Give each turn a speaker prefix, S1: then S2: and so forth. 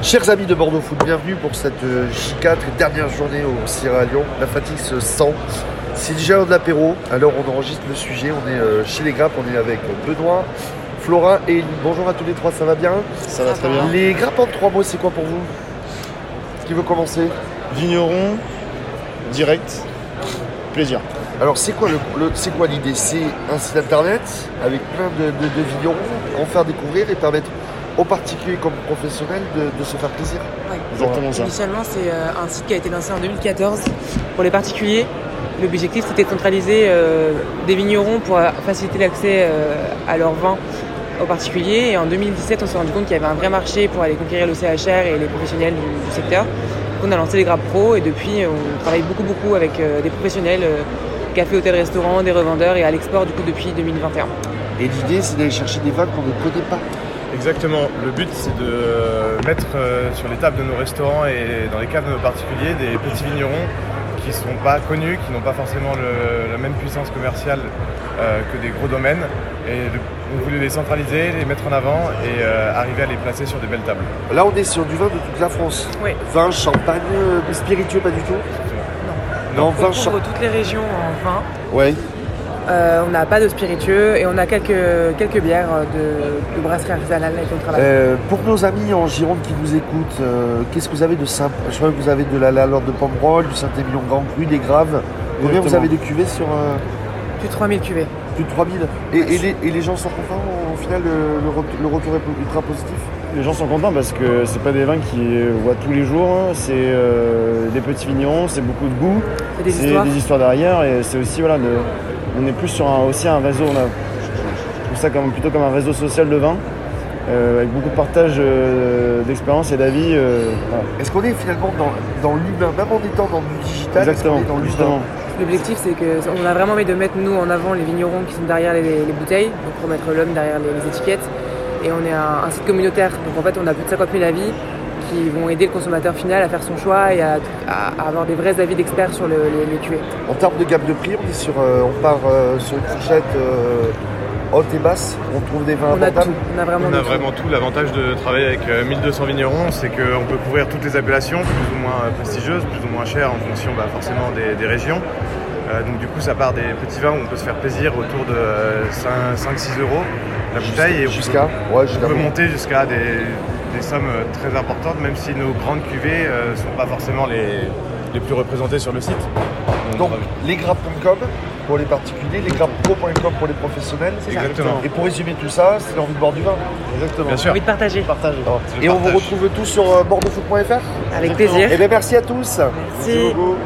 S1: Chers amis de Bordeaux Foot, bienvenue pour cette euh, J4 dernière journée au Sierra Lyon. La fatigue se sent. C'est déjà de l'apéro, alors on enregistre le sujet. On est euh, chez les Grappes, on est avec Benoît, Flora et Elie. Bonjour à tous les trois, ça va bien
S2: Ça va très bien.
S1: Les Grappes en trois mots, c'est quoi pour vous Qui veut commencer
S2: Vigneron, direct, plaisir.
S1: Alors c'est quoi l'idée le, le- c'est quoi l'idée C'est un site internet avec plein de, de, de vignerons, en faire découvrir et permettre aux particuliers comme aux professionnels de, de se faire plaisir.
S3: Ouais.
S2: Exactement ça.
S3: Initialement, c'est euh, un site qui a été lancé en 2014 pour les particuliers. L'objectif, c'était de centraliser euh, des vignerons pour euh, faciliter l'accès euh, à leurs vins aux particuliers. Et en 2017, on s'est rendu compte qu'il y avait un vrai marché pour aller conquérir le CHR et les professionnels du, du secteur. Donc, on a lancé les Grappes Pro et depuis, euh, on travaille beaucoup, beaucoup avec euh, des professionnels, euh, café, hôtel, restaurant, des revendeurs et à l'export, du coup, depuis 2021.
S1: Et l'idée c'est d'aller chercher des vins qu'on ne connaît pas.
S4: Exactement. Le but, c'est de euh, mettre euh, sur les tables de nos restaurants et dans les caves de nos particuliers des petits vignerons qui ne sont pas connus, qui n'ont pas forcément le- la même puissance commerciale euh, que des gros domaines. Et le- on voulait les centraliser, les mettre en avant et euh, arriver à les placer sur des belles tables.
S1: Là on est sur du vin de toute la France.
S3: Oui.
S1: Vin, champagne, euh, spiritueux pas du tout. Non, vin, champagne.
S3: toutes les régions en vin.
S1: Ouais.
S3: Euh, on n'a pas de spiritueux et on a quelques, quelques bières euh, de, de brasserie artisanale avec le travail.
S1: Euh, pour nos amis en Gironde qui nous écoutent, euh, qu'est-ce que vous avez de simple Je crois que vous avez de la Lalande de Pomerol, du Saint-Émilion Grand Cru, des Graves. Combien vous
S2: Exactement.
S1: avez de cuvées sur euh,
S3: Plus de 3000 cuvées.
S1: plus de 3000 et, et les, et les gens sont contents au final le, le re- le retour est ultra positif
S2: Les gens sont contents parce que c'est pas des vins qu'ils voient tous les jours, hein. c'est euh, des petits vignerons, c'est beaucoup de goût,
S3: C'est des
S2: c'est
S3: histoires.
S2: des histoires derrière et c'est aussi voilà de- on est plus sur un, aussi un réseau, on a, je trouve ça comme, plutôt comme un réseau social de vins, euh, avec beaucoup de partage euh, d'expériences et d'avis. euh, voilà.
S1: Est-ce qu'on est finalement dans, dans l'humain, même en étant dans du digital est-ce qu'on
S2: Exactement,
S1: est dans l'humain
S2: justement.
S3: L'objectif, c'est que on a vraiment envie de mettre nous en avant les vignerons qui sont derrière les, les bouteilles, donc pour mettre l'homme derrière les, les étiquettes. Et on est un, un site communautaire, donc en fait, on a plus de 50 000 avis qui vont aider le consommateur final à faire son choix et à, à- à avoir des vrais avis d'experts sur le, les, les cuvées.
S1: En termes de gamme de prix, on, est sur, euh, on part euh, sur une fourchette euh, haute et basse, on trouve des vins
S3: On a tout,
S1: abordables.
S3: on a vraiment
S4: On
S3: de
S4: a
S3: tout.
S4: vraiment tout. L'avantage de travailler avec euh, 1200 vignerons, c'est qu'on peut couvrir toutes les appellations, plus ou moins euh, prestigieuses, plus ou moins chères en fonction bah, forcément des, des régions. Euh, donc du coup, ça part des petits vins où on peut se faire plaisir autour de euh, 5-6 euros la bouteille. et on peut-
S1: Jusqu'à Ouais,
S4: on peut
S1: généralement.
S4: monter jusqu'à des, des sommes euh, très importantes, même si nos grandes cuvées ne sont pas forcément les, les plus représentées sur le site. On
S1: Donc,
S4: travaille-
S1: lesgrappes.com pour les particuliers, lesgrappepro.com pour les professionnels.
S4: Exactement.
S1: Et pour résumer tout ça, c'est l'envie de boire du vin.
S4: Bien sûr.
S3: envie de partager.
S4: Je
S1: Et on vous
S4: partage.
S1: retrouve tous sur euh, bordeauxfoot.fr.
S3: Avec plaisir.
S1: Et bien merci à tous.
S3: Merci.
S1: beaucoup.